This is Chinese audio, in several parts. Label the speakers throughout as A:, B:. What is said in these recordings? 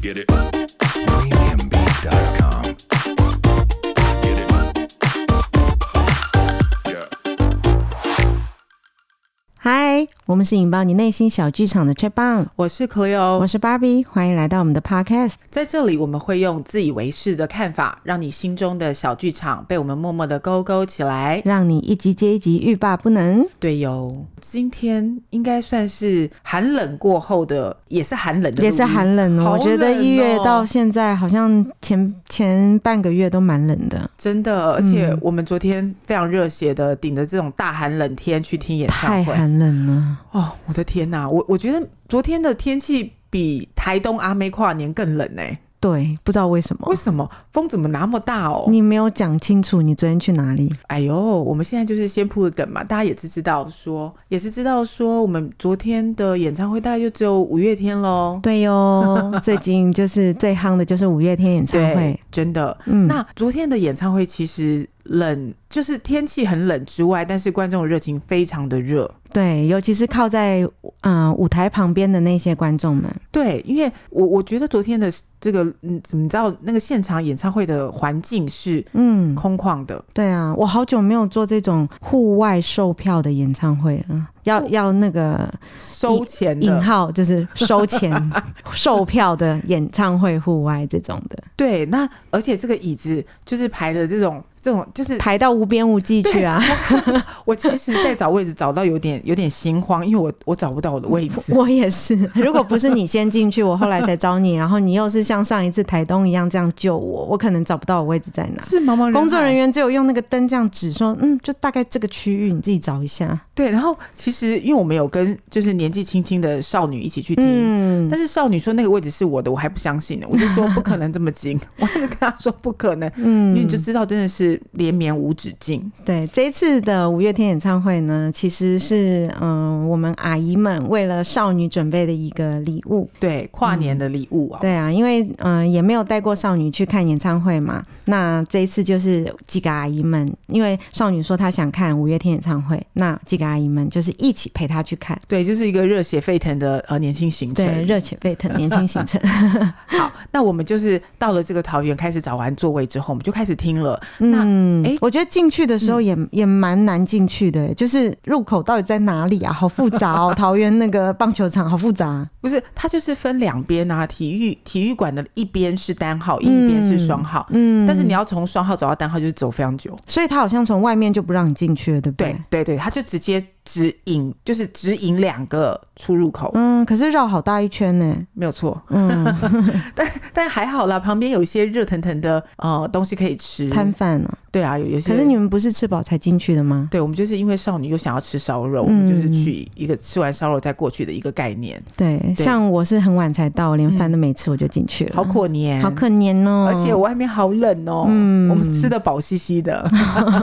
A: Get it. Premiumbeat.com. Get it. Yeah.
B: 嗨，我们是引爆你内心小剧场的 c h a t b o n
C: 我是
B: 我
C: Cleo，
B: 是 Barbie，欢迎来到我们的 Podcast。
C: 在这里我们会用自以为是的看法，让你心中的小剧场被我们默默的勾勾起来。
B: 让你一集接一集欲罢不能。
C: 对哟，今天应该算是寒冷过后的，也是寒冷的录
B: 也
C: 音，
B: 是寒冷哦，
C: 好
B: 我觉得
C: 冷
B: 一月
C: 哦
B: 到现在，好像前前半个月都蛮冷的，
C: 真的，而且
B: 嗯
C: 我们昨天非常热血的顶着这种大寒冷天去听演唱
B: 太
C: 会，
B: 寒冷了。
C: 哦，我的天呐，我我觉得昨天的天气比台东阿妹跨年更冷哎、
B: 对，不知道为什么
C: 为，什么风怎么那么大哦？
B: 你没有讲清楚你昨天去哪里。
C: 哎呦，我们现在就是先铺个梗嘛，大家也是知道说，也是知道说，我们昨天的演唱会大概就只有五月天喽。
B: 对哟， 最近就是最夯的就是五月天演唱会。，
C: 真的。
B: 嗯，
C: 那昨天的演唱会其实冷，就是天气很冷之外，但是观众的热情非常的热。
B: 对，尤其是靠在嗯、呃舞台旁边的那些观众们，
C: 对，因为我我觉得昨天的这个，嗯，怎么知道那个现场演唱会的环境是
B: 嗯，
C: 空旷的，
B: 对啊，我好久没有做这种户外售票的演唱会了，要要那个
C: 收钱
B: 引
C: 的，
B: 号就是收 钱售票的演唱会户外这种的，
C: 对，那而且这个椅子就是排的这种这种，就是
B: 排到无边无际去啊！
C: 我其实，在找位置找到有点有点心慌，因为我我找不到我的位 置。
B: 我也是，如果不是你先进去，我后来才找你，然后你又是像上一次台东一样这样救我，我可能找不到我位置在哪。
C: 是茫茫人海
B: 工作人员只有用那个灯这样指说，嗯，就大概这个区域，你自己找一下。
C: 对，然后其实因为我们有跟就是年纪轻轻的少女一起去听，
B: 嗯，
C: 但是少女说那个位置是我的，我还不相信呢，我就说不可能这么近， 我还是跟她说不可能，因为你
B: 嗯
C: 就，知道真的是连绵无止境。
B: 对，这一次的五月天演唱会呢，其实是嗯、我们阿姨们为了少女准备的一个礼物。
C: 对，跨年的礼物啊、
B: 对啊，因为嗯、呃也没有带过少女去看演唱会嘛，那这一次就是几个阿姨们，因为少女说她想看五月天演唱会，那几个阿姨们就是一起陪她去看。
C: 对，就是一个热血沸腾的呃年轻行
B: 对，
C: 程。
B: 热血沸腾，年轻行程。
C: 好，那我们就是到了这个桃园，开始找完座位之后，我们就开始听了。那
B: 嗯
C: 诶，
B: 我觉得进去的时候也、也蛮难进去的，欸就是入口到底在哪里啊？好复杂 哦，桃园那个棒球场好复杂。啊
C: 不是，它就是分两边啊，体育体育馆的一边是单号，一边是双号。
B: 嗯，
C: 但是你要从双号走到单号，就是走非常久。
B: 所以他好像从外面就不让你进去了，对不
C: 对
B: 对
C: 对对，他就直接指引，就是指引两个出入口，
B: 嗯，可是绕好大一圈呢。
C: 没有错。
B: 嗯，
C: 但还好啦，旁边有一些热腾腾的呃东西可以吃。
B: 摊贩哦。
C: 对啊，有有些。
B: 可是你们不是吃饱才进去的吗？
C: 对，我们就是因为少女又想要吃烧肉，
B: 嗯
C: 我们就是去一个吃完烧肉再过去的一个概念，
B: 对，像我是很晚才到，连饭都没吃，我就进去了，
C: 好过年，
B: 好可怜哦。
C: 而且外面好冷哦，
B: 嗯
C: 我们吃的饱兮兮的。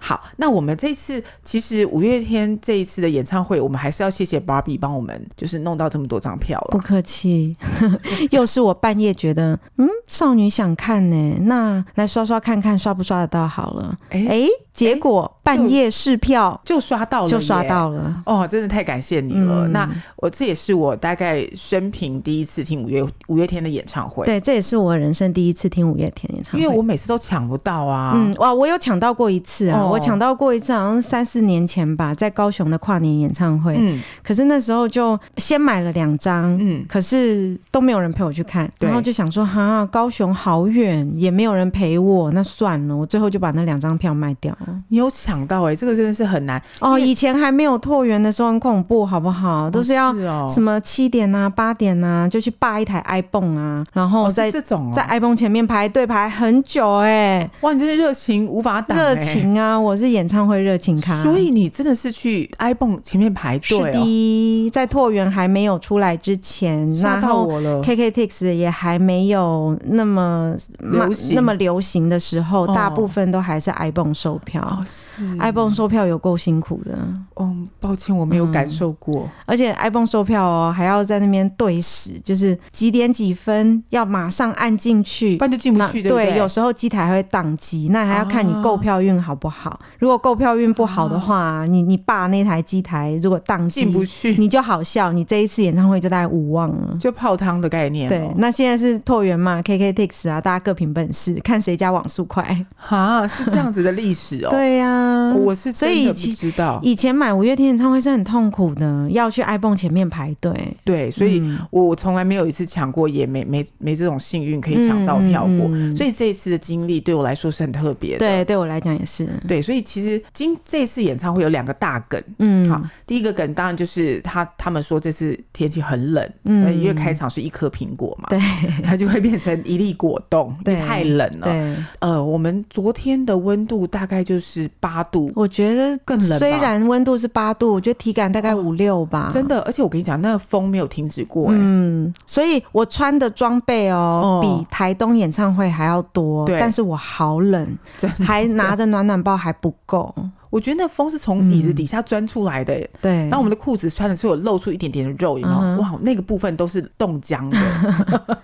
C: 好，那我们这次其实五月天这一次的演唱会，我们还是要谢谢 Barbie 帮我们就是弄到这么多张票
B: 不
C: 了。
B: 客气， 又是我半夜觉得，嗯，少女想看呢、那来刷刷看看刷不刷得到好了。
C: 哎、
B: 哎、结果半夜试票
C: 就刷到了，
B: 就刷。到了。
C: 哦，真的太感谢你了。
B: 嗯
C: 那我这也是我大概生平第一次听五月五月天的演唱会，
B: 对，这也是我人生第一次听五月天演唱
C: 因
B: 会。
C: 为我每次都抢不到啊。
B: 嗯，哇，我有抢到过一次啊！
C: 哦
B: 我抢到过一次，好像三四年前吧，在高雄的跨年演唱会。
C: 嗯
B: 可是那时候就先买了两张，
C: 嗯，
B: 可是都没有人陪我去看，
C: 对
B: 然后就想说，哈，高雄好远，也没有人陪我，那算了，我最后就把那两张票卖掉了。
C: 你有抢到哎、这个真的是很难，
B: 哦，
C: 因为
B: 以前还没有拓元的时候很恐怖，好不好？都是要
C: 哦
B: 什么七点啊、八点啊，就去霸一台 iPhone 啊，然后
C: 哦是
B: 在、
C: 这种、哦、
B: 在 iPhone 前面排队排很久、欸，
C: 哇，你真是热情无法
B: 哎，
C: 挡、欸，
B: 热情啊， 我是演唱会热情咖，
C: 所以你真的是去 iPhone 前面排
B: 是
C: 队、哦，
B: 的，在拓元还没有出来之前，
C: 吓
B: 然
C: 到
B: 后
C: 我了。
B: KKTix 也还没有那么
C: 流行
B: 那么流行的时候，
C: 哦
B: 大部分都还是 iPhone 售票。
C: 哦，是
B: iPhone 售票有够辛苦的，
C: 嗯，抱歉，我没有感受过。
B: 而且 iPhone 售票哦，还要在那边对时，就是几点几分要马上按进去
C: 不。然就进不
B: 那
C: 去，
B: 对
C: 对不对？
B: 有时候机台会宕机，那还要看你
C: 啊
B: 购票运好不好。
C: 哦
B: 如果购票运不好的话，你你爸那台机台如果宕机，
C: 进不去，
B: 你就好笑，你这一次演唱会就大概五万了。
C: 就泡汤的概念、哦。
B: 对，那现在是拓元嘛，KK Tix 啊，大家各凭本事，看谁家网速快。
C: 哈，是这样子的历史哦。
B: 对呀、
C: 我是
B: 所
C: 真
B: 以
C: 的不
B: 其
C: 知道。
B: 以前买五月天演唱会是很痛苦的，要去 iPhone 前面排队，
C: 对，所以
B: 嗯
C: 我我从来没有一次抢过，也没没没这种幸运可以抢到票过，
B: 嗯嗯嗯
C: 所以这一次的经历对我来说是很特别的。
B: 对，对我来讲也是。
C: 对，所以其实今这次演唱会有两个大梗，
B: 嗯，
C: 好，第一个梗当然就是他他们说这次天气很冷，
B: 嗯
C: 嗯，因为开场是一颗苹果嘛，
B: 对，
C: 它就会变成一粒果冻，因
B: 对
C: 为太冷了。
B: 对，
C: 呃，我们昨天的温度大概就是八度，
B: 我觉得
C: 更冷吧哦
B: 虽然温度是八度，我觉得体感大概五六吧。
C: 真的，而且我跟你讲，那个风没有停止过、哎、
B: 嗯，所以我穿的装备哦
C: 哦，
B: 比台东演唱会还要多，
C: 对
B: 但是我好冷，
C: 真的
B: 还拿着暖暖包还不够。
C: 我觉得那风是从椅子底下钻出来的、哎
B: 嗯对，
C: 然后我们的裤子穿的是有露出一点点的肉，有没有？
B: 嗯哼
C: 哇，那个部分都是冻僵的，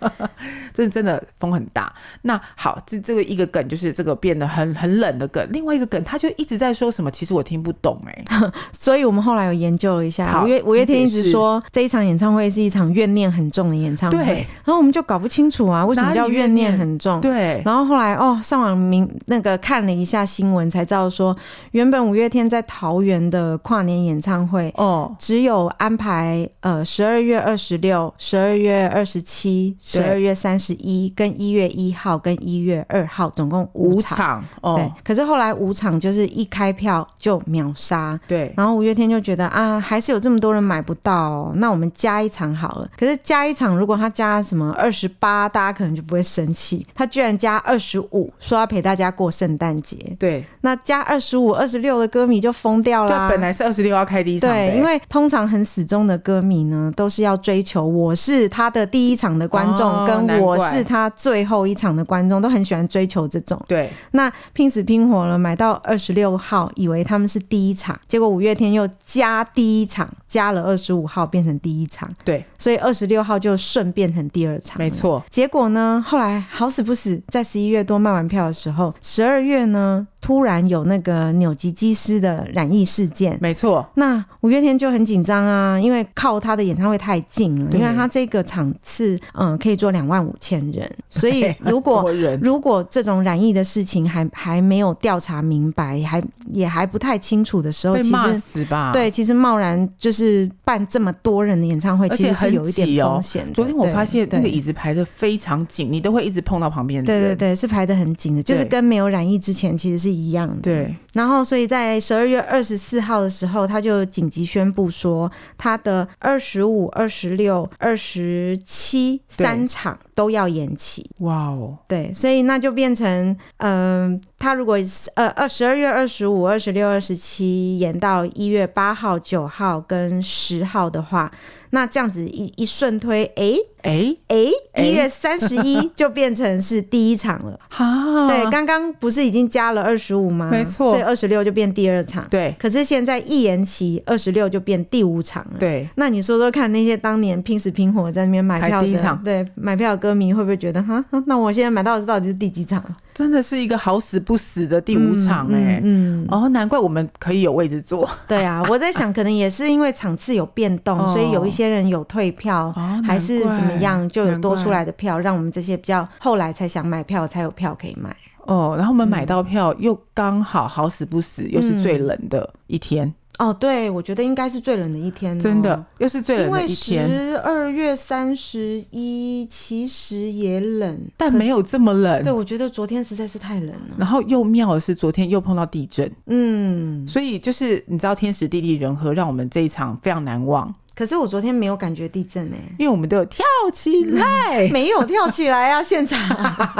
C: 真的真的风很大。那好，这这个一个梗就是这个变得很很冷的梗，另外一个梗他就一直在说什么，其实我听不懂 哎、
B: 所以我们后来有研究了一下，
C: 好
B: 五月
C: 请
B: 五月天一
C: 解
B: 直
C: 释
B: 说这一场演唱会是一场怨念很重的演唱会，
C: 对
B: 然后我们就搞不清楚啊，为什么
C: 哪里
B: 叫
C: 怨
B: 怨念
C: 念
B: 很重？
C: 对，
B: 然后后来哦，上网明那个看了一下新闻，才知道说，原本五月天在桃园的跨年演唱会
C: 哦，
B: 只有安排呃十二月二十六、十二月二十七、十二
C: 对
B: 月三十一、跟一月一号、跟一月二号，总共
C: 五
B: 五场。
C: 场
B: 对
C: 哦，，
B: 可是后来五场就是一开票就秒杀，
C: 对，
B: 然后五月天就觉得啊，还是有这么多人买不到、哦，那我们加一场好了。可是加一场，如果他加什么二十八，大家可能就不会生气。他居然加二十五，说要陪大家过圣诞节。
C: 对，
B: 那加二十五、二十六的歌迷就疯掉
C: 对
B: 啦。
C: 啊，本来是二十六要开第一场的、
B: 对，因为通常很死忠的歌迷呢，都是要追求我是他的第一场的观众，
C: 哦
B: 跟
C: 难
B: 我
C: 怪
B: 是他最后一场的观众，都很喜欢追求这种。
C: 对
B: 那拼死拼活了，买到二十六号，以为他们是第一场，结果五月天又加第一场，加了二十五号变成第一场，
C: 对，
B: 所以二十六号就顺变成第二场。
C: 没。错，
B: 结果呢，后来好死不死，在十一月多卖完票的时候，十二月呢突然有那个纽吉基斯的染疫事件。
C: 没错，
B: 那五月天就很紧张啊，因为靠他的演唱会太近了，
C: 对
B: 因为他这个场次，嗯，可以坐两万五千 人，所以如果
C: 多人
B: 如果这种染疫的事情还还没有调查明白，还也还不太清楚的时候，
C: 被
B: 其
C: 骂
B: 实
C: 死啊吧？
B: 对，其实贸然就是办这么多人的演唱会，
C: 而
B: 其
C: 且
B: 实是
C: 很
B: 有一点
C: 挤哦
B: 风险的。
C: 昨天我
B: 对
C: 发现
B: 对
C: 那个椅子排的非常紧，你都会一直碰到旁边的
B: 对对
C: 人。
B: 对，是排的很紧的，就是
C: 对
B: 跟没有染疫之前其实是一样的。
C: 对，
B: 然后，所以在十二月二十四号的时候，他就紧急宣布说，他的二十五、二十六、二十七
C: 对
B: 三场都要延期。
C: 哇哦，
B: 对，所以那就变成，嗯、他如果是呃二十二月二十五、二十六、二十七延到一月八号、九号跟十号的话，那这样子一一顺推，诶
C: 哎
B: 诶，
C: 诶
B: 一月三十一就变成是第一场了。
C: 哈，
B: 对，刚刚不是已经加了二十五吗？
C: 嗯没错
B: 所以二十六就变第二场。
C: 对
B: 可是现在一延期，二十六就变第五场了。，
C: 对
B: 那你说说看，那些当年拼死拼活在那边买票
C: 排第一
B: 的
C: 场，
B: 对买票的歌迷会不会觉得，哈，哈那我现在买到的到底是第几场？
C: 真的是一个好死不死的第五场哎、
B: 嗯，嗯
C: 哦，难怪我们可以有位置坐
B: 对 啊，我在想，可能也是因为场次有变动，
C: 哦
B: 所以有一些人有退票，
C: 哦
B: 还是怎么样，就有多出。
C: 难怪
B: 来的票，让我们这些比较后来才想买票才有票可以买。
C: 哦，然后我们买到票又刚好好死不死，又
B: 嗯
C: 是最冷的一天，
B: 哦，对，我觉得应该是最冷的一天、哦，
C: 真的又是最
B: 因
C: 冷
B: 为
C: 的一天，
B: 十二月三十一其实也冷，
C: 但没有这么
B: 对
C: 冷。
B: 我觉得昨天实在是太冷了。
C: 然后又妙的是，昨天又碰到地震，
B: 嗯，
C: 所以就是你知道天时地利人和，让我们这一场非常难忘。
B: 可是我昨天没有感觉地震哎、
C: 因为我们都有跳起来，
B: 没有跳起来 啊，现场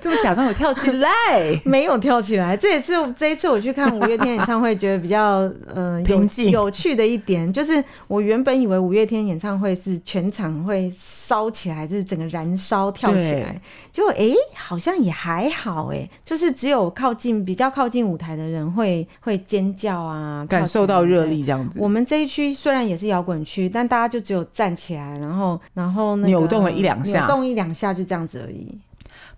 C: 这么假装有跳起 来，
B: 没有跳起来。这也是这一次我去看五月天演唱会，觉得比较呃有
C: 平静
B: 有趣的一点，就是我原本以为五月天演唱会是全场会烧起来，就是整个燃烧跳起来，结果诶好像也还好诶，就是只有靠近比较靠近舞台的人会会尖叫啊，
C: 感
B: 跳起
C: 受到
B: 来
C: 热力这样子，
B: 我们这一区虽然也是摇滚区，但大家就只有站起来，然后然后那个
C: 扭动了一两下
B: 扭动一两下就这样子而已。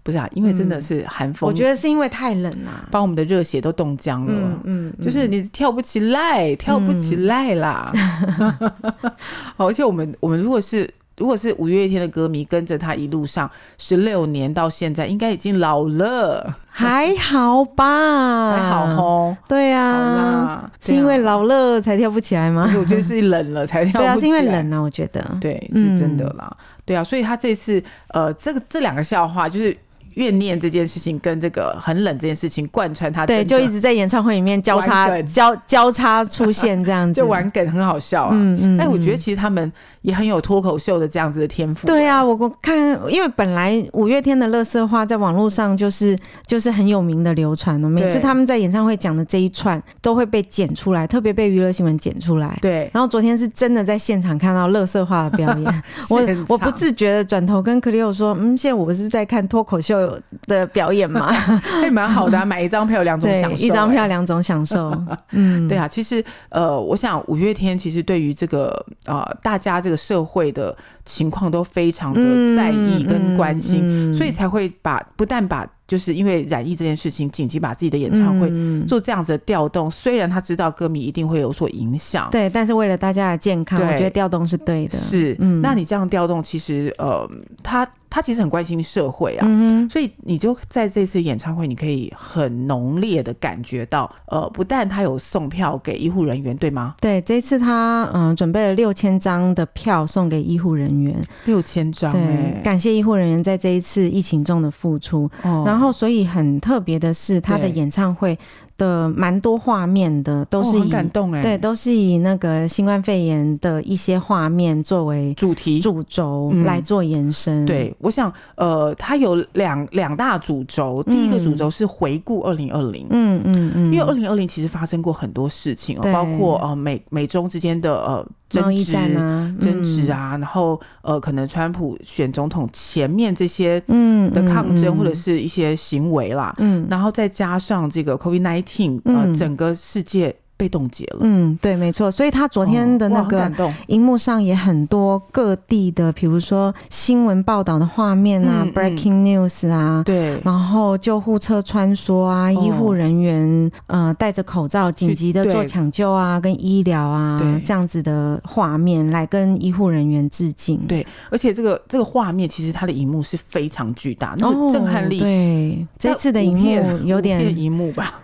C: 不是啊？因为真的是寒
B: 嗯
C: 风，
B: 我觉得是因为太冷啦、
C: 把我们的热血都冻僵了。
B: 嗯嗯，嗯
C: 就是你跳不起来，跳不起来啦。
B: 嗯
C: 好，而且我们我们如果是如果是五月天的歌迷，跟着他一路上十六年到现在，应该已经老了，
B: 还好吧，
C: 还好。哦。
B: 对
C: 好
B: 啊，
C: 啦，
B: 是因为
C: 对啊
B: 老了才跳不起来吗？
C: 我觉得是冷了才跳，
B: 对啊，是因为。冷啊，我觉得。
C: 对，
B: 嗯
C: 是真的啦。对啊，所以他这次呃，这个这两个笑话就是怨念这件事情跟这个很冷这件事情贯穿他
B: 对，
C: 整
B: 就
C: 个
B: 一直在演唱会里面交
C: 玩
B: 叉
C: 梗
B: 交交叉出现这样子，
C: 就玩梗很好笑啊。
B: 嗯嗯
C: 但我觉得
B: 嗯
C: 其实他们也很有脱口秀的这样子的天赋。
B: 对啊，我我看，因为本来五月天的《乐色话》在网络上就是就是很有名的流传了，每次
C: 对
B: 他们在演唱会讲的这一串都会被剪出来，特别被娱乐新闻剪出来。
C: 对，
B: 然后昨天是真的在现场看到乐色化的表 演，我
C: 现场
B: 我不自觉的转头跟 Cleo 说，嗯，现在我是在看脱口秀的表演 嘛，
C: 还蛮好 的、啊，买一张票有两种
B: 对
C: 享，受、
B: 一张
C: 哎
B: 票两种享受，嗯，
C: 对啊，其实呃，我想五月天其实对于这个呃大家这个社会的情况都非常的在意跟关心，
B: 嗯嗯嗯嗯
C: 所以才会把不但把就是因为染疫这件事情，紧急把自己的演唱会
B: 嗯
C: 做这样子的调动。虽然他知道歌迷一定会有所影响，
B: 对，但是为了大家的健康，
C: 对
B: 我觉得调动是对的，
C: 是，
B: 嗯
C: 那你这样调动，其实呃，他他其实很关心社会啊。
B: 嗯哼，
C: 所以你就在这次演唱会，你可以很浓烈的感觉到，呃，不但他有送票给医护人员，对吗？
B: 对，这一次他嗯、呃准备了六千张的票送给医护人员，
C: 六千张
B: 对，
C: 哎、
B: 感谢医护人员在这一次疫情中的付出。
C: 哦
B: 然后，所以很特别的是，他的
C: 对
B: 演唱会的蛮多画面的都
C: 哦
B: 是
C: 很
B: 以、
C: 感动哎、
B: 对，都是以那个新冠肺炎的一些画面作为
C: 主题。
B: 主轴
C: 嗯
B: 来做延伸。
C: 对，我想，呃，它有两两大主轴，第一个主轴是回顾二零二零，
B: 嗯，嗯嗯，
C: 因为二零二零其实发生过很多事情哦，
B: 对
C: 包括呃美美中之间的呃
B: 贸
C: 争
B: 易
C: 执
B: 战啊，
C: 争执
B: 嗯，
C: 啊，然后呃可能川普选总统前面这些
B: 嗯
C: 的抗争、
B: 嗯
C: 或者是一些行为啦，
B: 嗯
C: 然后再加上这个 COVID nineteen，呃，
B: 嗯
C: 整个世界被冻结了。
B: 嗯，对，没错。所以他昨天的
C: 哦哇
B: 那
C: 很
B: 个、
C: 感动，
B: 荧幕上也很多各地的，比如说新闻报道的画面啊、
C: 嗯嗯
B: b r e a k i n g news 啊。
C: 对，哦
B: 然后救护车穿梭啊，医护人员呃戴着口罩紧急的
C: 去对
B: 做抢救啊，跟医疗啊
C: 对
B: 这样子的画面来跟医护人员致敬。
C: 对而且这个这个画面其实它的荧幕是非常巨大，那
B: 哦，
C: 个震撼力。
B: 对，这次的
C: 在
B: 荧
C: 五片
B: 幕有
C: 五片
B: 点，
C: 荧幕吧，
B: 嗯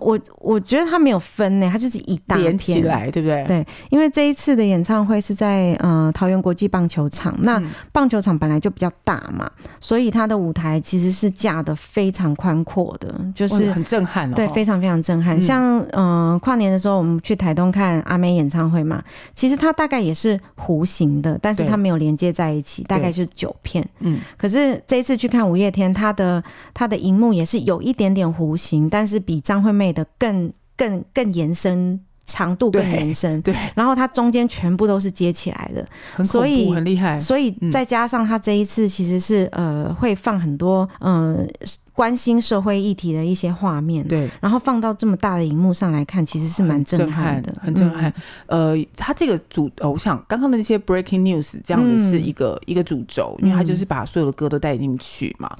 B: 我我觉得它没有分呢，它就是一大
C: 连起
B: 片。
C: 来，对不对？
B: 对因为这一次的演唱会是在呃桃园国际棒球场，那
C: 嗯
B: 棒球场本来就比较大嘛，所以它的舞台其实是架的非常宽阔的，就
C: 哇
B: 是
C: 很震撼哦。
B: 对非常非常震撼。
C: 嗯
B: 像呃跨年的时候，我们去台东看阿妹演唱会嘛，其实它大概也是弧形的，但是
C: 对
B: 它没有连接在一起，大概是九片。
C: 嗯，
B: 可是这一次去看五月天，它的它的荧幕也是有一点点弧形，但是比张惠妹的更更更延伸。长度更
C: 对
B: 延伸，
C: 对，
B: 然后它中间全部都是接起来的，
C: 很
B: 所
C: 恐
B: 以
C: 怖，很厉害。
B: 所以
C: 嗯
B: 再加上他这一次其实是呃会放很多嗯、呃、关心社会议题的一些画面，
C: 对，
B: 然后放到这么大的荧幕上来看，其实是蛮
C: 很震
B: 撼的，嗯
C: 很震撼。呃，它这个主，呃我想刚刚的那些 breaking news 这样的是一个、一个主轴，因为它
B: 嗯
C: 就是把所有的歌都带进去嘛，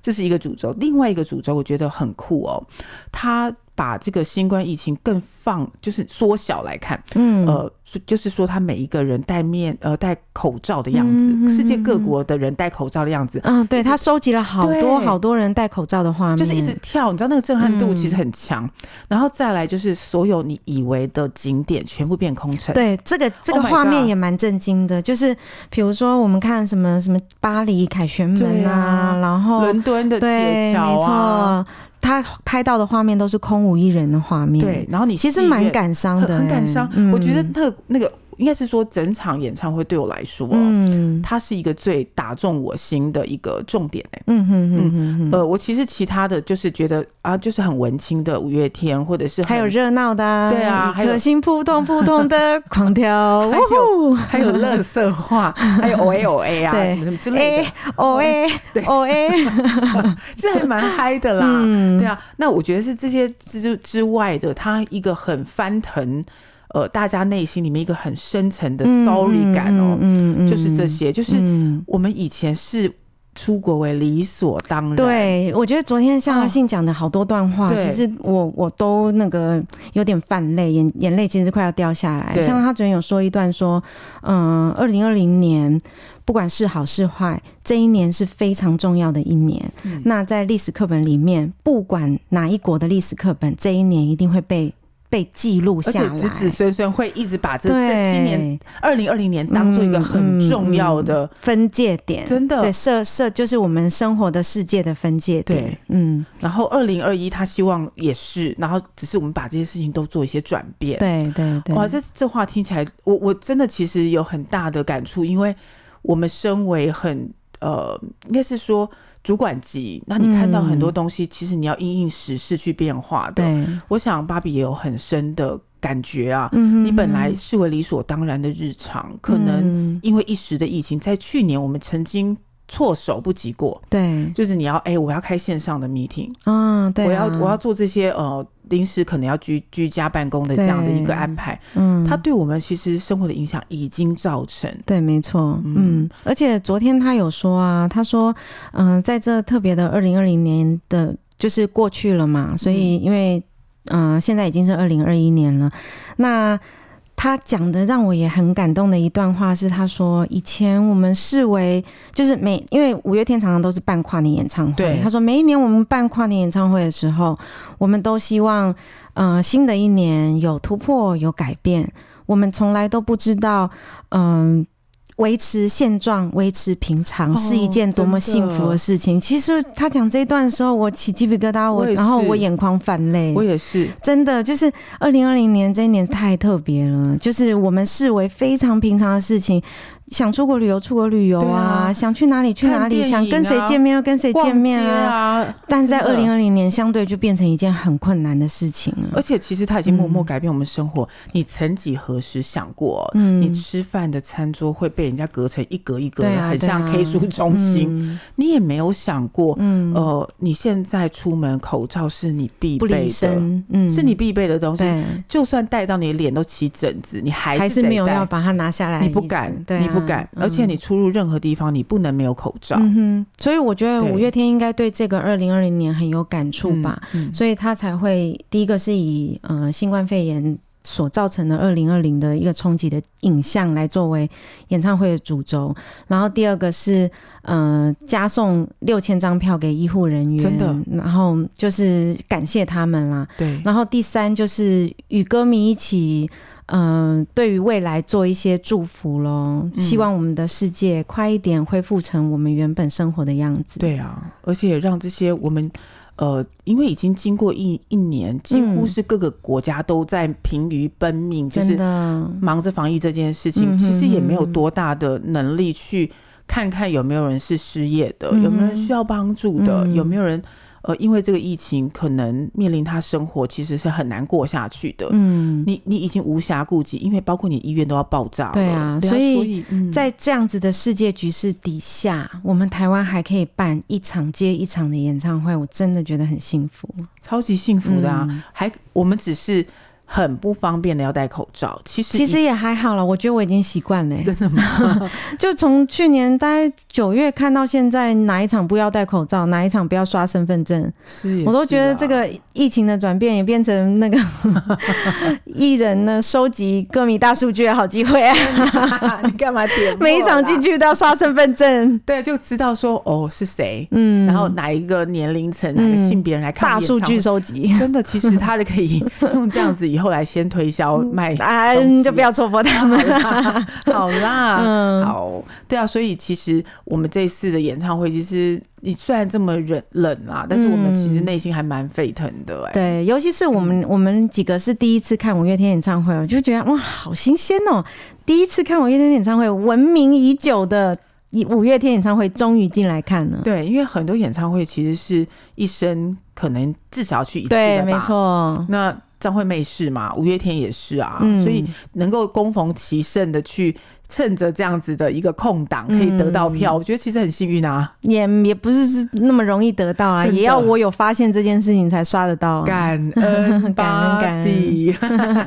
C: 这是一个主轴。另外一个主轴我觉得很酷哦，它把这个新冠疫情更放，就是缩小来看，
B: 嗯。嗯
C: 呃，是就是说他每一个人戴面呃戴口罩的样子，
B: 嗯嗯嗯
C: 世界各国的人戴口罩的样子，
B: 嗯，对他收集了好多
C: 对
B: 好多人戴口罩的画面，
C: 就是一直跳，你知道那个震撼度
B: 嗯
C: 其实很强。然后再来就是所有你以为的景点全部变空城，
B: 对这个这个
C: Oh my
B: 画面
C: God
B: 也蛮震惊的。就是比如说我们看什么什么巴黎凯旋门
C: 对
B: 啊，
C: 啊
B: 然后
C: 伦敦的
B: 对，
C: 铁
B: 没
C: 桥啊，
B: 错，他拍到的画面都是空无一人的画面，
C: 对，，然后你
B: 其实
C: 戏院
B: 蛮感伤
C: 很
B: 的欸、
C: 很感伤。
B: 嗯
C: 我觉得那个那个应该是说整场演唱会对我来说，
B: 嗯
C: 它是一个最打中我心的一个重点哎、
B: 嗯哼哼哼哼，
C: 呃，我其实其他的就是觉得啊，就是很文青的五月天，或者是很
B: 还有热闹的、啊，
C: 对啊还
B: 一
C: 有
B: 颗心扑通扑通的狂跳，
C: 还
B: 哇
C: 有
B: 呼！
C: 还有乐色话， 还有 O A O A 啊，
B: 对
C: 什么什么之类的
B: 哎，，哦哎
C: 对，
B: 哦 哎，
C: 其实还蛮嗨的啦。
B: 嗯
C: 对啊，那我觉得是这些之之外的，它一个很翻腾，呃，大家内心里面一个很深层的 sorry 感哦，
B: 嗯嗯
C: 就是这些，就是
B: 嗯，
C: 我们以前是出国为理所当然，
B: 对，我觉得昨天像阿信讲的好多段话，
C: 哦对
B: 其实我我都那个有点泛泪，眼眼泪其实快要掉下来。
C: 对
B: 像他昨天有说一段说，嗯、2二零二零年不管是好是坏，这一年是非常重要的一年。
C: 嗯
B: 那在历史课本里面，不管哪一国的历史课本，这一年一定会被被记录
C: 而
B: 下
C: 且
B: 来。
C: 子子孙孙会一直把这这
B: 对，嗯
C: 今年二零二零年当做一个很重要的，
B: 分界点，
C: 真的
B: 对社社就是我们生活的世界的分界点。
C: 对，
B: 嗯，
C: 然后二零二一他希望也是，然后只是我们把这些事情都做一些转变。
B: 对对对，
C: 哇，这这话听起来，我我真的其实有很大的感触，因为我们身为很呃，应该是说主管级，那你看到很多东西，其实你要因应时事去变化的。
B: 嗯对，
C: 我想芭比也有很深的感觉啊，
B: 嗯
C: 你本来视为理所当然的日常，可能
B: 能
C: 因为一时的疫情，在去年我们曾经措手不及过。
B: 对，
C: 就是你要哎、我要开线上的 meeting，
B: 啊，对啊，
C: 我要我要做这些呃临时可能要居居家办公的这样的一个
B: 对
C: 安排，
B: 嗯，
C: 它对我们其实生活的影响已经造成。
B: 对，没错，
C: 嗯
B: 嗯，而且昨天他有说啊，他说，嗯、在这特别的二零二零年的，就是过去了嘛，所以因为，嗯、现在已经是二零二一年了，那。他讲的让我也很感动的一段话是，他说以前我们视为就是每因为五月天常常都是办跨年演唱
C: 对
B: 会，他说每一年我们办跨年演唱会的时候，我们都希望呃新的一年有突破有改变，我们从来都不知道嗯、维持现状、维持平常
C: 哦
B: 是一件多么幸福的事情。其实他讲这一段的时候，我起鸡皮疙瘩，
C: 我
B: 我
C: 也是
B: 然后我眼眶泛泪
C: 我。也是，
B: 真的就是二零二零年这一年太特别了，就是我们视为非常平常的事情，想出国旅游出国旅游啊，
C: 对啊
B: 想去哪里去哪里，
C: 看电影啊
B: 想跟谁见面就跟谁见面
C: 逛街啊，
B: 但在二
C: 真
B: 零
C: 的
B: 二零年相对就变成一件很困难的事情了
C: 而。且其实它已经默默
B: 嗯
C: 改变我们生活。你曾几何时想过，
B: 嗯
C: 你吃饭的餐桌会被人家隔成一格一格的，
B: 对啊
C: 很像
B: 对
C: K
B: 啊
C: 书中心？
B: 嗯
C: 你也没有想过，
B: 嗯
C: 呃，你现在出门口罩是你必
B: 不
C: 备
B: 离
C: 的，
B: 身，嗯，
C: 是你必备的东西。
B: 对。
C: 就算戴到你脸都起疹子，你还
B: 还
C: 是
B: 是
C: 得
B: 没有
C: 戴
B: 要把它拿下来的
C: 你
B: 意思，
C: 不敢，
B: 对啊
C: 你不敢，而且你出入任何地方，你不能没有口罩。
B: 嗯哼，所以我觉得
C: 对
B: 五月天应该对这个二零二零年很有感触吧，
C: 嗯？嗯
B: 所以他才会第一个是以呃新冠肺炎所造成的二零二零的一个冲击的影像来作为演唱会的主轴，然后第二个是呃加送六千张票给医护人员，
C: 真的，
B: 然后就是感谢他们啦，
C: 对，
B: 然后第三就是与歌迷一起，嗯、对于未来做一些祝福喽。
C: 嗯
B: 希望我们的世界快一点恢复成我们原本生活的样子。，
C: 对啊，而且让这些我们。呃，因为已经经过一一年，几乎
B: 嗯
C: 是各个国家都在疲于奔命，就
B: 真
C: 是
B: 的，
C: 忙着防疫这件事情，
B: 嗯哼
C: 其实也没有
B: 哼
C: 多大的能力去看看有没有人是失业的，
B: 嗯
C: 有没有人需要帮助的，
B: 嗯
C: 有没有人呃，因为这个疫情可能面临他生活其实是很难过下去的。
B: 嗯，
C: 你你已经无暇顾及，因为包括你医院都要爆炸了
B: 对啊
C: 对
B: 所以
C: 嗯
B: 在这样子的世界局势底下，我们台湾还可以办一场接一场的演唱会，我真的觉得很幸福。
C: 超级幸福的啊，
B: 嗯
C: 还我们只是很不方便的要戴口罩，其实
B: 其实也还好了，我觉得我已经习惯了、欸
C: 真的吗？
B: 就从去年大概九月看到现在，哪一场不要戴口罩，哪一场不要刷身份证，
C: 是也
B: 我都觉
C: 是
B: 得
C: 啊
B: 这个疫情的转变也变成 那个艺人呢收集歌迷大数据的好机 会啊！
C: 你干 嘛点
B: 每一场进
C: 去，
B: 去都要刷身份证，
C: 对，就知道说哦是谁，
B: 嗯，
C: 然后哪一个年龄层、哪个性别人来看
B: 大
C: 演唱
B: 数
C: 会
B: 据收集，
C: 真的，其实他就可以用这样子，以后来先推销卖
B: 啊，
C: 东西
B: 就不要戳破他们。
C: 好啦，
B: 嗯
C: 好，对啊，所以其实我们这次的演唱会，其实你虽然这么冷冷啊，但是我们其实内心还蛮沸腾的、哎、
B: 嗯对，尤其是我们、我们几个是第一次看五月天演唱会，我就觉得哇，好新鲜哦！第一次看五月天演唱会，闻名已久的五月天演唱会终于进来看了。
C: 对，因为很多演唱会其实是一生可能至少去一次
B: 对，
C: 的吧
B: 没。错。
C: 那张惠妹是嘛，五月天也是啊，
B: 嗯
C: 所以能够攻逢其胜的去趁着这样子的一个空档，
B: 嗯
C: 可以得到票，我觉得其实很幸运啊。
B: 也也不是是那么容易得到啊，
C: 真的
B: 也要我有发现这件事情才刷得到、啊。
C: 感恩
B: 感恩感恩
C: 地，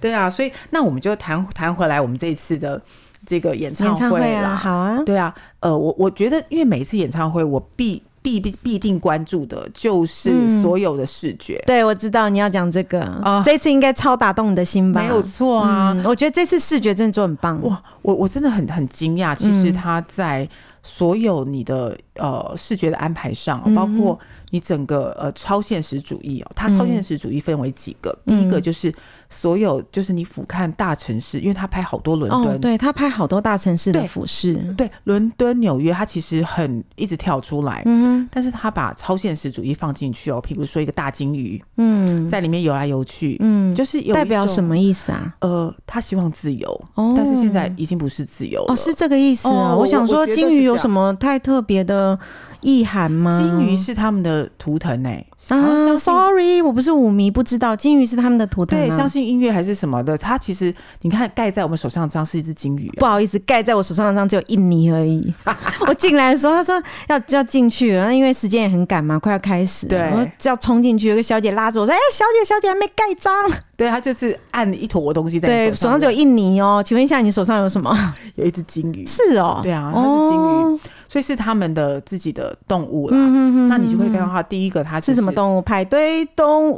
C: 对啊，所以那我们就谈谈回来我们这一次的这个演唱
B: 演唱会啊，
C: 啦。
B: 好啊，
C: 对啊，呃，我我觉得，因为每次演唱会，我必必必必定关注的就是
B: 嗯
C: 所有的视觉，
B: 对我知道你要讲这个，
C: 啊
B: 这次应该超打动你的心吧？
C: 没有错啊。
B: 嗯，我觉得这次视觉真的做很棒。
C: 哇，我我真的很很惊讶，其实
B: 嗯
C: 他在所有你的呃视觉的安排上，
B: 嗯哼
C: 包括你整个呃超现实主义哦，它
B: 嗯
C: 超现实主义分为几个，第一个就是所有就是你俯瞰大城市，因为他拍好多伦
B: 哦，
C: 敦。
B: 对他拍好多大城市的
C: 对
B: 服饰，
C: 对，伦敦、纽约，它其实很一直跳出来，
B: 嗯
C: 但是他把超现实主义放进去哦，譬如说一个大金鱼
B: 哼嗯
C: 在里面游来游去，
B: 嗯，
C: 就是有一
B: 代表什
C: 种？
B: 么意思啊？
C: 呃，他希望自由，
B: 哦，
C: 但是现在已经不是自由了。
B: 哦是这个意思啊。
C: 哦
B: 我
C: 我
B: 想
C: 我
B: 说，
C: 觉得
B: 金
C: 是
B: 鱼
C: 这
B: 有
C: 样
B: 什么太特别的意涵吗？
C: 金鱼是他们的图腾哎、欸，好
B: 嗯啊
C: 像相信
B: ，sorry，我不是舞迷，不知道金鱼是他们的图腾、啊。
C: 对，相信音乐还是什么的，它其实你看盖在我们手上这张是一只金鱼、
B: 不好意思，盖在我手上那张只有印尼而 已。我进来的时候，他说要要进去了，那因为时间也很赶嘛，快要开始了，
C: 对
B: 我就要冲进去。有个小姐拉着我说：“哎、小姐，小姐还没盖 章。
C: 对，它就是按一坨东西”在
B: 对，
C: 你
B: 手
C: 手上
B: 上只有印尼哦。请问一下，你手上有什么？
C: 有一只金鱼，
B: 是哦，
C: 对啊它
B: 哦
C: 是金鱼。所以是他们的自己的动物啦。
B: 嗯嗯嗯，
C: 那你就会
B: 嗯
C: 看到它第一个它、就是
B: 什么动物？排队动
C: 物？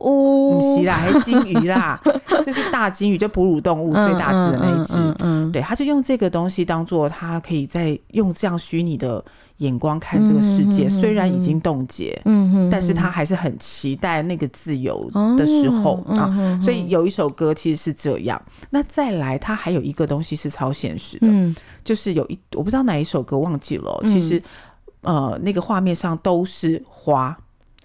C: 不
B: 物
C: 是，啦，还金 鱼啦，就是大金鱼，就哺乳动物
B: 嗯
C: 最大只的那一只。
B: 嗯嗯嗯
C: 对，他就用这个东西当做他可以在用这样虚拟的眼光看这个世界，
B: 嗯嗯嗯嗯
C: 虽然已经冻结，
B: 嗯哦哼，
C: 但是他还是很期待那个自由的时候、啊。
B: 啊
C: 所以有一首歌其实是这样。那再来，他还有一个东西是超现实的，
B: 嗯
C: 就是有一我不知道哪一首歌忘记了哦，
B: 嗯
C: 其实呃那个画面上都是花，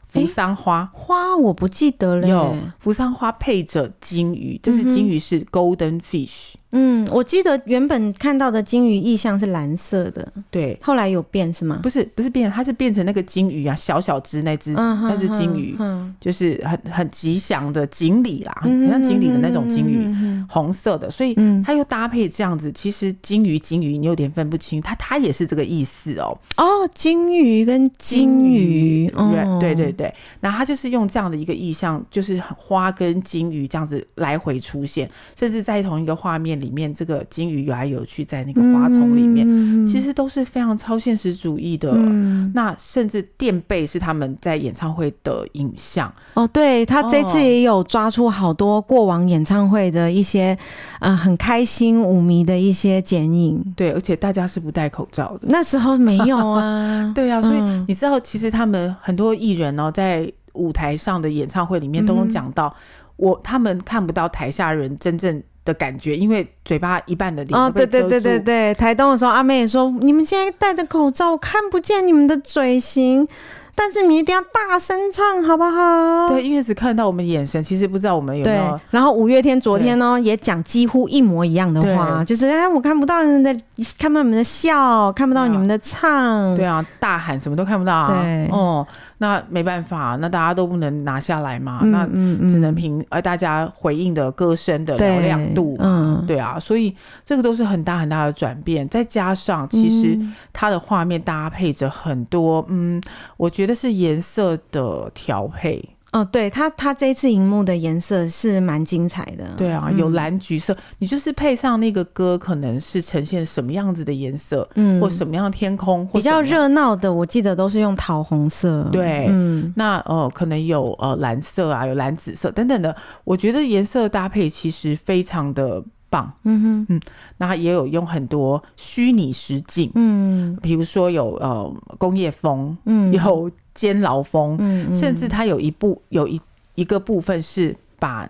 C: 扶
B: 诶
C: 桑花。
B: 花我不记得了耶，
C: 有扶桑花配着金鱼，就
B: 嗯
C: 是
B: 哼
C: 金鱼是 golden fish，、
B: 嗯，我记得原本看到的金鱼意象是蓝色的，
C: 对，
B: 后来有变是吗？
C: 不是不是变，它是变成那个金鱼啊，小小只那只，
B: 嗯哼
C: 那只金鱼
B: 嗯
C: 就是很很吉祥的锦鲤啦，
B: 嗯
C: 很像锦鲤的那种金鱼，
B: 嗯
C: 红色的，所以
B: 嗯
C: 它又搭配这样子，其实金鱼金鱼你有点分不清，它它也是这个意思哦，
B: 哦，金鱼跟金鱼，哦
C: 对对对对，那它就是用这样的一个意象，就是花跟金鱼这样子来回出现，甚至在同一个画面里面，这个金鱼游来游去在那个花丛里面，
B: 面
C: 其实都是非常超现实主义的。
B: 嗯，
C: 那甚至垫背是他们在演唱会的影像，
B: 哦，对他这次
C: 哦
B: 也有抓出好多过往演唱会的一些，呃，很开心舞迷的一些剪影。
C: 对，而且大家是不戴口罩的。，
B: 那时候没有啊
C: 对啊，所以
B: 嗯
C: 你知道，其实他们很多艺人哦，在舞台上的演唱会里面都
B: 嗯
C: 有
B: 哼
C: 讲到，我他们看不到台下人真正的感觉，因为嘴巴一半的脸
B: 哦，
C: 都被
B: 对
C: 遮
B: 对
C: 住。
B: 对对对，台东的时候，阿妹也说，你们现在戴着口罩，我看不见你们的嘴型，但是你们一定要大声唱，好不好？
C: 对因为只看到我们眼神，其实不知道我们有没
B: 对
C: 有。
B: 然后五月天昨天哦呢也讲几乎一模一样的话，
C: 对
B: 就是哎，我看不到你们的，看不到你们的笑，看不到
C: 对啊
B: 你们的唱，
C: 对啊，大喊什么都看不到啊！
B: 对
C: 哦，那没办法，那大家都不能拿下来嘛，
B: 嗯，
C: 那
B: 嗯嗯
C: 只能凭呃大家回应的歌声的嘹亮度
B: 对嗯，
C: 对啊，所以这个都是很大很大的转变，再加上其实
B: 嗯
C: 它的画面搭配着很多，嗯，我觉得是颜色的调配，
B: 哦，对他他这一次荧幕的颜色是蛮精彩的，
C: 对啊，
B: 嗯
C: 有蓝橘色，你就是配上那个歌，可能是呈现什么样子的颜色，
B: 嗯
C: 或什么样的天空，或
B: 比较
C: 什么样。
B: 热闹的，我记得都是用桃红色，
C: 对
B: 嗯。
C: 那呃，可能有呃蓝色啊，有蓝紫色等等的，我觉得颜色搭配其实非常的棒。
B: 嗯哼，
C: 那也有用很多虚拟实境，
B: 嗯
C: 比如说有呃工业风，
B: 嗯，
C: 有监牢风，
B: 嗯，嗯
C: 甚至它有一部有一一个部分是把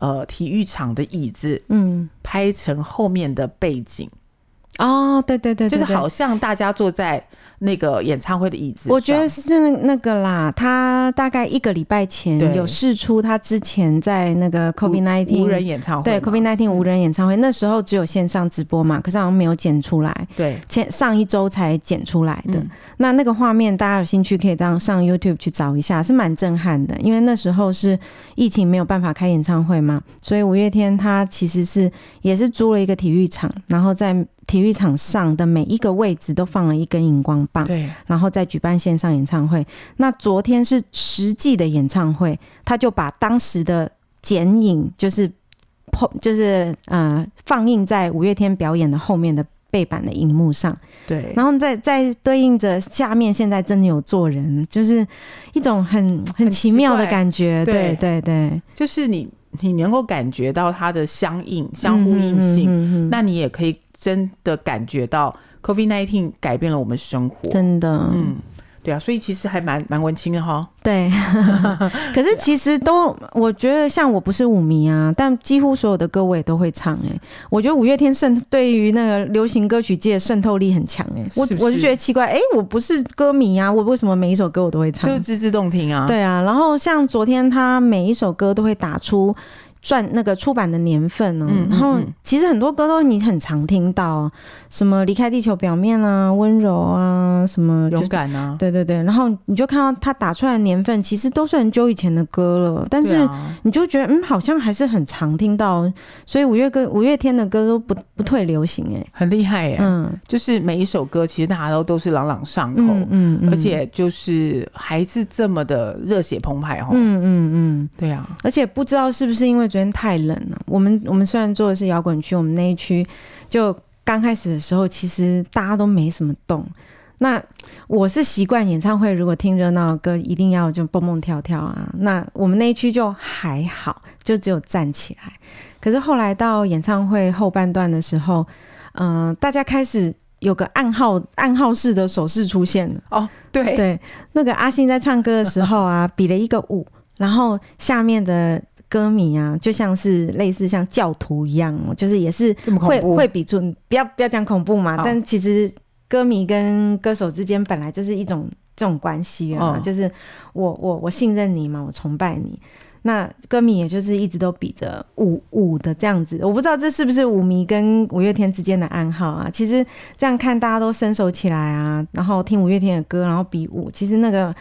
C: 呃体育场的椅子
B: 嗯，
C: 拍成后面的背景，
B: 哦，对对对对
C: 就是
B: 对
C: 好像大家坐在那个演唱会的椅子上。
B: 我觉得是那个啦，他大概一个礼拜前
C: 对
B: 有试出他之前在那个 COVID
C: 无无人
B: nineteen
C: 演唱会
B: 对
C: 嘛，嗯
B: COVID nineteen 无人演唱会，那时候只有线上直播嘛，可是好像没有剪出来，
C: 对
B: 前上一周才剪出来的。
C: 嗯
B: 那那个画面，大家有兴趣可以当上 YouTube 去找一下，是蛮震撼的。因为那时候是疫情没有办法开演唱会嘛，所以五月天他其实是也是租了一个体育场，然后在体育场上的每一个位置都放了一根荧光棒。
C: 对
B: 然后再举办线上演唱会。那昨天是实际的演唱会，他就把当时的剪影，就是碰，就是呃，放映在五月天表演的后面的背板的荧幕上，
C: 对，
B: 然后再再对应着下面现在真的有做人，就是一种很很奇妙的感觉。
C: 奇怪
B: 对对对，
C: 就是你你能够感觉到它的相应相互应
B: 嗯嗯嗯
C: 性，
B: 嗯嗯
C: 那你也可以真的感觉到 COVID nineteen 改变了我们生活。
B: 真的，
C: 嗯，对啊，所以其实还蛮蛮文青的哈。
B: 对， 可是其实都，我觉得像我不是舞迷啊，但几乎所有的歌我也都会唱、欸。我觉得五月天渗对于那个流行歌曲界的渗透力很强、欸。我
C: 是不
B: 我就是觉得奇怪，哎、我不是歌迷啊，我为什么每一首歌我都会唱
C: 就？自自动听啊，，
B: 对啊，然后像昨天他每一首歌都会打出。赚那个出版的年份哦、
C: 嗯嗯
B: 然后
C: 嗯
B: 其实很多歌都你很常听到、啊什么离开地球表面啊，温柔啊，什么就是
C: 勇敢啊，
B: 对对对，然后你就看到他打出来的年份，其实都是很久以前的歌了，但
C: 对
B: 是
C: 啊
B: 你就觉得嗯，好像还是很常听到，所以五月歌五月天的歌都不不退流行哎、
C: 很厉害耶、
B: 嗯
C: 就是每一首歌其实大家都都是朗朗上口，
B: 嗯嗯嗯，
C: 而且就是还是这么的热血澎湃哈、
B: 嗯嗯嗯，
C: 对啊，
B: 而且不知道是不是因为昨天太冷了，我们我们虽然做的是摇滚区，我们那一区就刚开始的时候，其实大家都没什么动。那我是习惯演唱会，如果听热闹的歌，一定要就蹦蹦跳跳啊。那我们那一区就还好，就只有站起来。可是后来到演唱会后半段的时候，嗯、大家开始有个暗号暗号式的手势出现了。
C: 哦，对，
B: 对，那个阿信在唱歌的时候啊，比了一个舞，然后下面的歌迷啊，就像是类似像教徒一样哦，就是也是
C: 这么恐
B: 会
C: 怖，
B: 会比出，不要不要讲恐怖嘛
C: 好，
B: 但其实歌迷跟歌手之间本来就是一种这种关系啊，
C: 嗯
B: 就是我我我信任你嘛，我崇拜你。那歌迷也就是一直都比着舞舞的这样子，我不知道这是不是舞迷跟五月天之间的暗号啊。其实这样看，大家都伸手起来啊，然后听五月天的歌，然后比舞，其实那个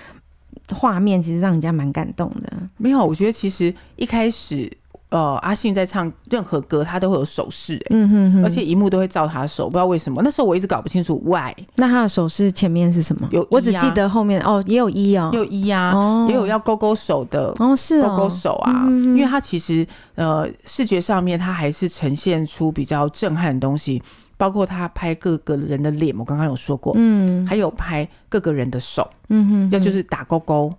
B: 画面其实让人家蛮感动的。
C: 没有，我觉得其实一开始，呃，阿信在唱任何歌，他都会有手势、欸
B: 嗯哼哼，
C: 而且一幕都会照他手，不知道为什么。那时候我一直搞不清楚 why
B: 那他的手势前面是什么？
C: 有
B: 我
C: 一
B: 只记
C: 啊
B: 得后面哦，也有一哦，
C: 又一啊，
B: 哦
C: 也有要勾勾手的
B: 哦，是
C: 勾
B: 哦，
C: 勾手啊，
B: 嗯
C: 因为它其实呃视觉上面它还是呈现出比较震撼的东西，包括他拍各个人的脸，我刚刚有说过，
B: 嗯
C: 还有拍各个人的手，
B: 嗯哼，
C: 要、
B: 嗯
C: 就是打勾勾，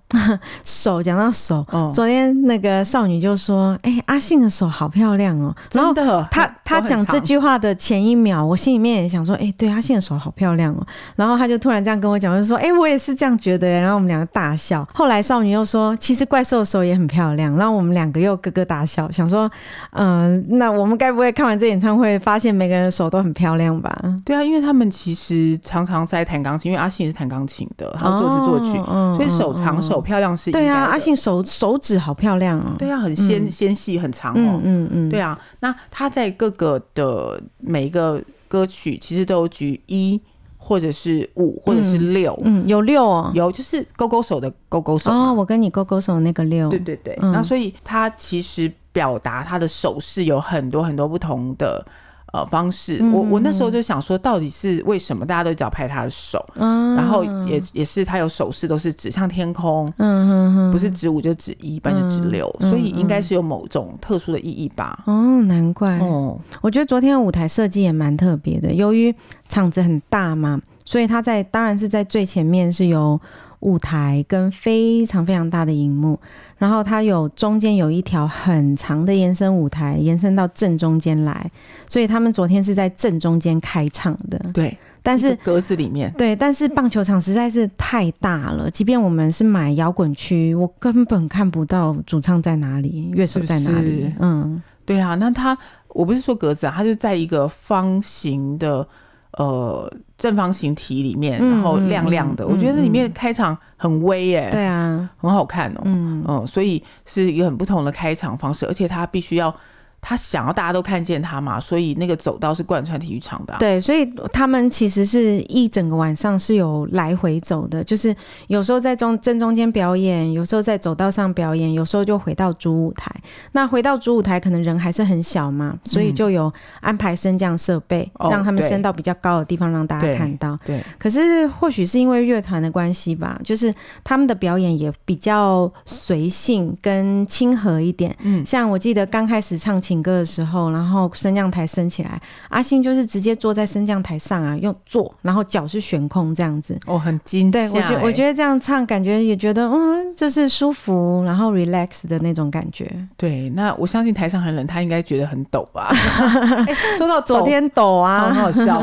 B: 手讲到手，
C: 哦、
B: 昨天那个少女就说：“哎、阿信的手好漂亮哦。”然后
C: 真的，
B: 她她
C: 手很
B: 讲这
C: 长，
B: 句话的前一秒，我心里面也想说：“哎、对，阿信的手好漂亮哦。”然后她就突然这样跟我讲，我就说：“哎、我也是这样觉得。”然后我们两个大笑。后来少女又说：“其实怪兽的手也很漂亮。”然后我们两个又咯咯大笑，想说：“嗯、那我们该不会看完这演唱会，发现每个人的手都很漂亮吧？”
C: 对啊，因为他们其实常常在弹钢琴，因为阿信也是弹钢琴的，他作词作曲，
B: 哦
C: 所以手
B: 嗯嗯
C: 长手漂亮是应该
B: 对啊，
C: 的
B: 阿信手手指好漂亮哦。
C: 对啊，很纤、
B: 嗯
C: 纤细很长哦
B: 嗯，嗯嗯，
C: 对啊，那他在各个的每一个歌曲其实都有举一，或者是五，或者是六、
B: 嗯，有六哦，
C: 有就是勾勾手的勾勾手嘛，
B: 哦，我跟你勾勾手的那个六，
C: 对对对。
B: 嗯
C: 那所以他其实表达他的手势有很多很多不同的呃方式。我
B: 嗯
C: 我那时候就想说，到底是为什么大家都只要拍他的手，
B: 嗯，
C: 然后也也是他有手势都是指向天空。
B: 嗯嗯嗯，
C: 不是指五就指一，不然就指六，
B: 嗯
C: 所以应该
B: 嗯
C: 是有某种特殊的意义吧。
B: 哦，难怪，
C: 哦，
B: 我觉得昨天的舞台设计也蛮特别的，由于场子很大嘛，所以他在当然是在最前面是由舞台跟非常非常大的荧幕，然后它有中间有一条很长的延伸舞台，延伸到正中间来，所以他们昨天是在正中间开唱的。
C: 对，
B: 但
C: 一
B: 是
C: 个格子里面，
B: 对，但是棒球场实在是太大了，即便我们是买摇滚区，我根本看不到主唱在哪里，乐手在哪里。
C: 是不是
B: 嗯，
C: 对啊，那它我不是说格子啊，它就在一个方形的呃正方形体里面，
B: 嗯
C: 然后亮亮的，
B: 嗯嗯
C: 我觉得里面开场很威耶、
B: 对啊，
C: 很好看哦、
B: 嗯，
C: 嗯，所以是一个很不同的开场方式，而且他必须要他想要大家都看见他嘛，所以那个走道是贯穿体育场的啊、
B: 对，所以他们其实是一整个晚上是有来回走的，就是有时候在中正中间表演，有时候在走道上表演，有时候就回到主舞台。那回到主舞台，可能人还是很小嘛，所
C: 嗯
B: 以就有安排升降设备，
C: 哦
B: 让他们
C: 对
B: 升到比较高的地方，让大家
C: 对
B: 看到。
C: 对
B: 可是或许是因为乐团的关系吧，就是他们的表演也比较随性跟亲和一点。
C: 嗯
B: 像我记得刚开始唱情歌的时候，然后升降台升起来，阿信就是直接坐在升降台上啊，用坐，然后脚是悬空这样子。
C: 哦，很惊
B: 对我觉我觉
C: 得
B: 得这样唱，感觉也觉得嗯，就是舒服，然后 relax 的那种感觉。
C: 对。那我相信台上很冷，他应该觉得很抖 吧？哎说到抖
B: 昨天抖
C: 好
B: 啊，
C: 好笑，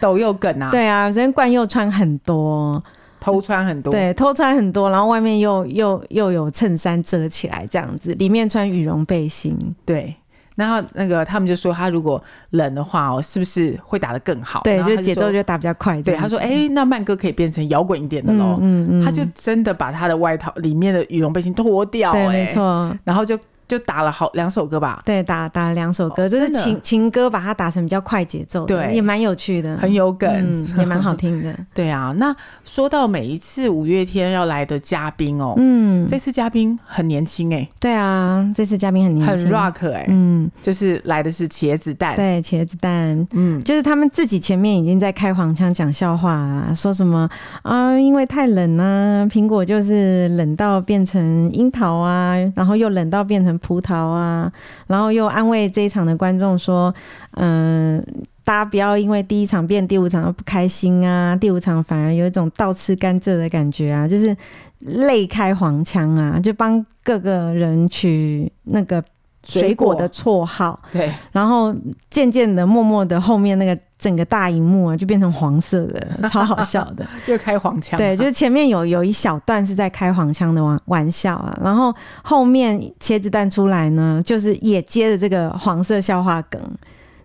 C: 抖又梗啊，
B: 对啊，昨天冠佑穿很多，
C: 偷穿很多，
B: 对，偷穿很多，然后外面又又又有衬衫遮起来这样子，里面穿羽绒背心，
C: 对。然后那个他们就说，他如果冷的话哦，是不是会打得更好？
B: 对，
C: 然后
B: 就
C: 他
B: 节奏
C: 说
B: 就打比较快这
C: 对。
B: 样
C: 他
B: 子。
C: 说：“哎、那慢歌可以变成摇滚一点的
B: 嗯
C: 喽。
B: 嗯嗯，
C: 他就真的把他的外套里面的羽绒背心脱掉、
B: 对，
C: 哎
B: 没错，
C: 然后就就打了好两首歌吧，
B: 对，打打了两首歌，
C: 哦
B: 就是
C: 真的
B: 情情歌，把它打成比较快节奏的，
C: 对
B: 也蛮有趣的，
C: 很有梗，
B: 嗯， 也蛮好。听的，
C: 对啊，那说到每一次五月天要来的嘉宾哦，
B: 嗯，
C: 这次嘉宾很年轻哎、
B: 对啊，这次嘉宾很年
C: 很
B: 轻
C: rock 哎、
B: 嗯，
C: 就是来的是茄子蛋，
B: 对，茄子蛋，
C: 嗯，
B: 就是他们自己前面已经在开黄腔讲笑话啦，说什么啊，因为太冷啊，苹果就是冷到变成樱桃啊，然后又冷到变成葡萄啊，然后又安慰这一场的观众说，嗯、大家不要因为第一场变第五场而不开心啊，第五场反而有一种倒吃甘蔗的感觉啊，就是累开黄腔啊，就帮各个人取那个水果的绰号，
C: 对，
B: 然后渐渐的，默默的，后面那个整个大荧幕啊，就变成黄色的，超好笑 的。
C: 又开黄腔，
B: 对，就是前面有有一小段是在开黄腔的玩玩笑啊，然后后面茄子蛋出来呢，就是也接着这个黄色笑话梗，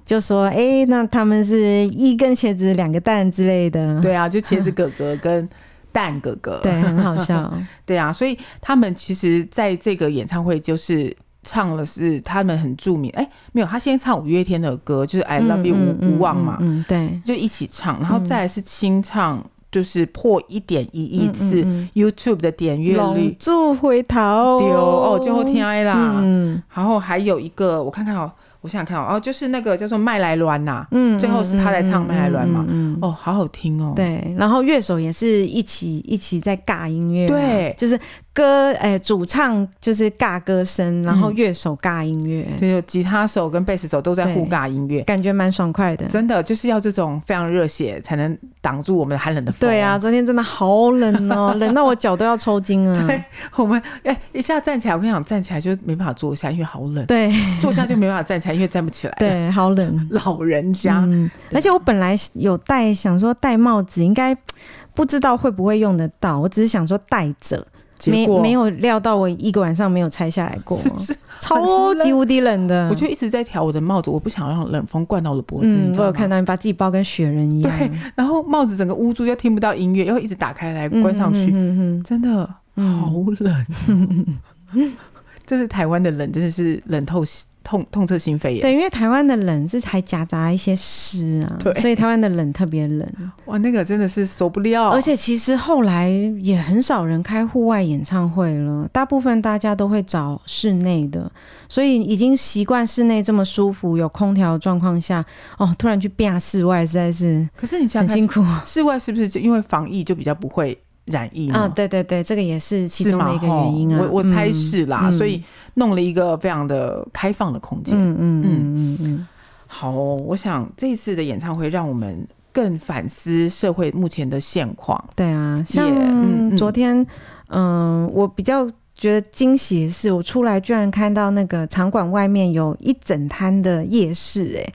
B: 就说哎、诶那他们是一根茄子两个蛋之类的，
C: 对啊，就茄子哥 哥跟蛋哥哥，
B: 对，很好笑。
C: 对啊，所以他们其实在这个演唱会就是唱了是他们很著名，哎、没有，他先唱五月天的歌，就是 I Love You
B: 嗯嗯
C: 无无望嘛，
B: 嗯，嗯嗯嗯对，
C: 就一起唱，然后再来是清唱，就是破一点一亿次、
B: 嗯嗯嗯
C: YouTube 的点阅
B: 龙
C: 率，
B: 柱回头，
C: 丢哦，最后天爱啦。
B: 嗯
C: 然后还有一个，我看看哦，我想想看哦，哦，就是那个叫做麦来卵呐、
B: 嗯，
C: 最后是他来唱
B: 嗯
C: 麦来卵嘛，
B: 嗯嗯嗯
C: 哦，好好听哦，
B: 对，然后乐手也是一起一起在尬音乐啊、
C: 对
B: 就是歌，哎、主唱就是尬歌声，然后
C: 嗯
B: 乐手尬音乐，
C: 对，就吉他手跟贝斯手都在互
B: 对
C: 尬音乐，
B: 感觉蛮爽快的。
C: 真的就是要这种非常热血，才能挡住我们寒冷的风。
B: 对啊，，昨天真的好冷 哦，冷到我脚都要抽筋了。
C: 对嗯 我们哎、一下站起来，我跟你讲，站起来就没办法坐下，因为好冷；
B: 对
C: 坐下就没办法站起来，因为站不起来。，
B: 对，好冷。
C: 老人家，
B: 嗯，而且我本来有戴，想说戴帽子应该不知道会不会用得到，我只是想说戴着，
C: 结
B: 没
C: 果
B: 没有料到我一个晚上没有拆下来过，嗯
C: 是不是？
B: 超级无敌冷的。
C: 我就一直在调我的帽子，我不想让冷风灌到我的脖子，
B: 嗯
C: 你，知
B: 我
C: 道
B: 有
C: 吗？
B: 看到你把自己包跟雪人一样，
C: 啊对然后帽子整个捂住，又听不到音乐，又一直打开来关上
B: 嗯
C: 去，
B: 嗯嗯嗯
C: 真的
B: 嗯
C: 好冷。 这是台湾的冷，真的是冷透心痛痛彻心扉耶！
B: 对，因为台湾的冷是还夹杂一些湿啊，
C: 对
B: 所以台湾的冷特别冷。
C: 哇，那个真的是受不了，
B: 而且其实后来也很少人开户外演唱会了，大部分大家都会找室内的，所以已经习惯室内这么舒服、有空调的状况下，哦，突然去变室外实在是
C: 可是你想
B: 很
C: 想看
B: 辛苦
C: 室外是不是就因为防疫就比较不会染疫呢？
B: 啊。对对对，这个也是其
C: 嗯是
B: 中
C: 吗哦
B: 的一个原因啊。
C: 吼我我猜是啦，
B: 嗯
C: 所以弄了一个非常的开放的空间。
B: 嗯嗯嗯嗯嗯嗯，
C: 好哦、我想这一次的演唱会让我们。更反思社会目前的现况。
B: 对啊，
C: 嗯
B: 像
C: 嗯
B: 昨天，嗯、我比较觉得惊喜的是，我出来居然看到那个场馆外面有一整摊的夜市、哎，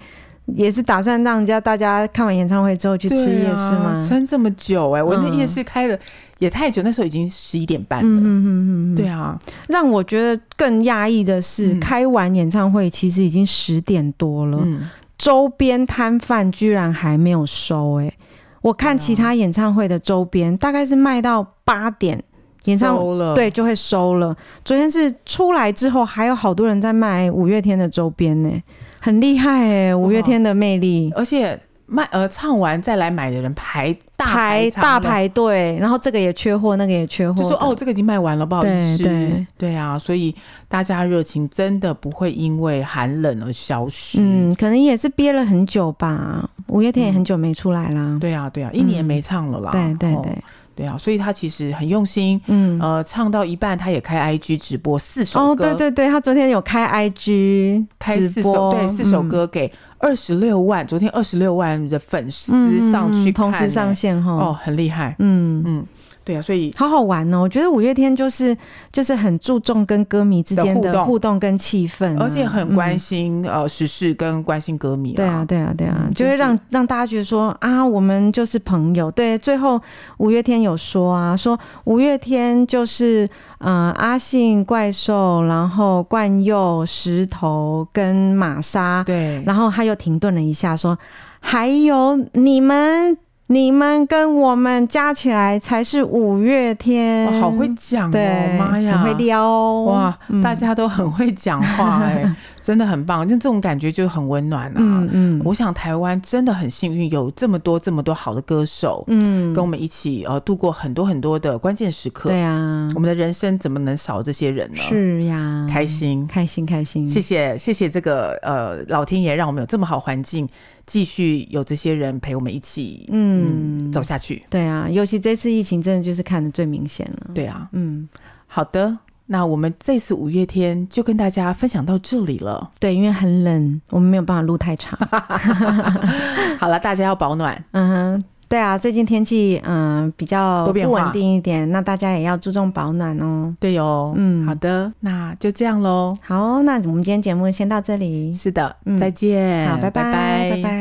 B: 也是打算让人家大家看完演唱会之后去吃
C: 对
B: 夜市
C: 啊
B: 吗？
C: 撑这么久哎、我那
B: 嗯
C: 夜市开了也太久，那时候已经十一点半了。
B: 嗯嗯嗯嗯，嗯
C: 对。啊，
B: 让我觉得更讶异的是，
C: 嗯
B: 开完演唱会其实已经十点多了，
C: 嗯，
B: 周边摊贩居然还没有收、哎，我看
C: 啊
B: 其他演唱会的周边大概是卖到八点，演唱
C: 收了，
B: 对，就会收了。昨天是出来之后，还有好多人在卖五月天的周边呢、很厉害哎、五月天的魅力，
C: 而且卖呃唱完再来买的人排大
B: 排
C: 长
B: 大
C: 龙，
B: 排队，然后这个也缺货，那个也缺货，
C: 就说哦，，这个已经卖完了，不好意
B: 对
C: 思。
B: 对
C: 对啊，所以大家热情真的不会因为寒冷而消失。
B: 嗯，可能也是憋了很久吧。五月天也很久没出来啦，
C: 对啊，对啊，一年没唱了啦。
B: 对嗯对
C: 嗯哦
B: 对，
C: 对啊，所以他其实很用心。
B: 嗯，
C: 呃，唱到一半，他也开 IG 直播四首歌，
B: 哦，对对对，他昨天有开 IG
C: 开
B: 直
C: 四首
B: 播，
C: 对四首
B: 嗯
C: 歌给二十六万，昨天二十六万的粉丝
B: 嗯
C: 上
B: 嗯
C: 去看、
B: 同时上
C: 欸
B: 线哈，
C: 哦，很厉害，
B: 嗯。
C: 嗯，对啊，所以
B: 好好玩哦！我觉得五月天就是就是很注重跟歌迷之间
C: 的互
B: 的
C: 动
B: 互动跟气氛啊、
C: 而且很关
B: 嗯、
C: 心、呃时事跟关心歌迷、啊，
B: 对啊，，对啊，对啊，
C: 嗯
B: 就
C: 真
B: 会
C: 是
B: 让让大家觉得说啊，我们就是朋友。对，最后五月天有说啊，说五月天就是呃阿信、怪兽，然后冠佑、石头跟玛莎，
C: 对，
B: 啊然后他又停顿了一下，说还有你们。你们跟我们加起来才是五月天，
C: 哇，好会讲
B: 对
C: 哦，，妈呀，
B: 很会撩哦
C: 哇，
B: 嗯
C: 大家都很会 讲话、哎，真的很棒，就这种感觉就很温暖啊。
B: 嗯嗯，
C: 我想台湾真的很幸运，有这么多这么多好的歌手，
B: 嗯
C: 跟我们一起呃度过很多很多的关键时刻。
B: 对啊
C: 我，们的人生怎么能少这些人呢？
B: 是嗯呀，
C: 开心，
B: 开心开心，
C: 谢谢谢谢这个呃老天爷，让我们有这么好环境，继续有这些人陪我们一起
B: 嗯，
C: 走下去。
B: 对啊，尤其这次疫情真的就是看的最明显了，
C: 对啊，
B: 嗯，
C: 好的，那我们这次五月天就跟大家分享到这里了。
B: 对，因为很冷，我们没有办法录太 长，
C: 好了，大家要保暖，
B: 嗯哼。对啊，最近天气嗯、比较
C: 多变
B: 不
C: 化
B: 稳定一点，那大家也要注重保暖哦。
C: 对哦。
B: 嗯
C: 好的，那就这样喽。
B: 好，那我们今天节目先到这里，
C: 是的，
B: 嗯
C: 再见，
B: 好，拜
C: 拜
B: 拜拜。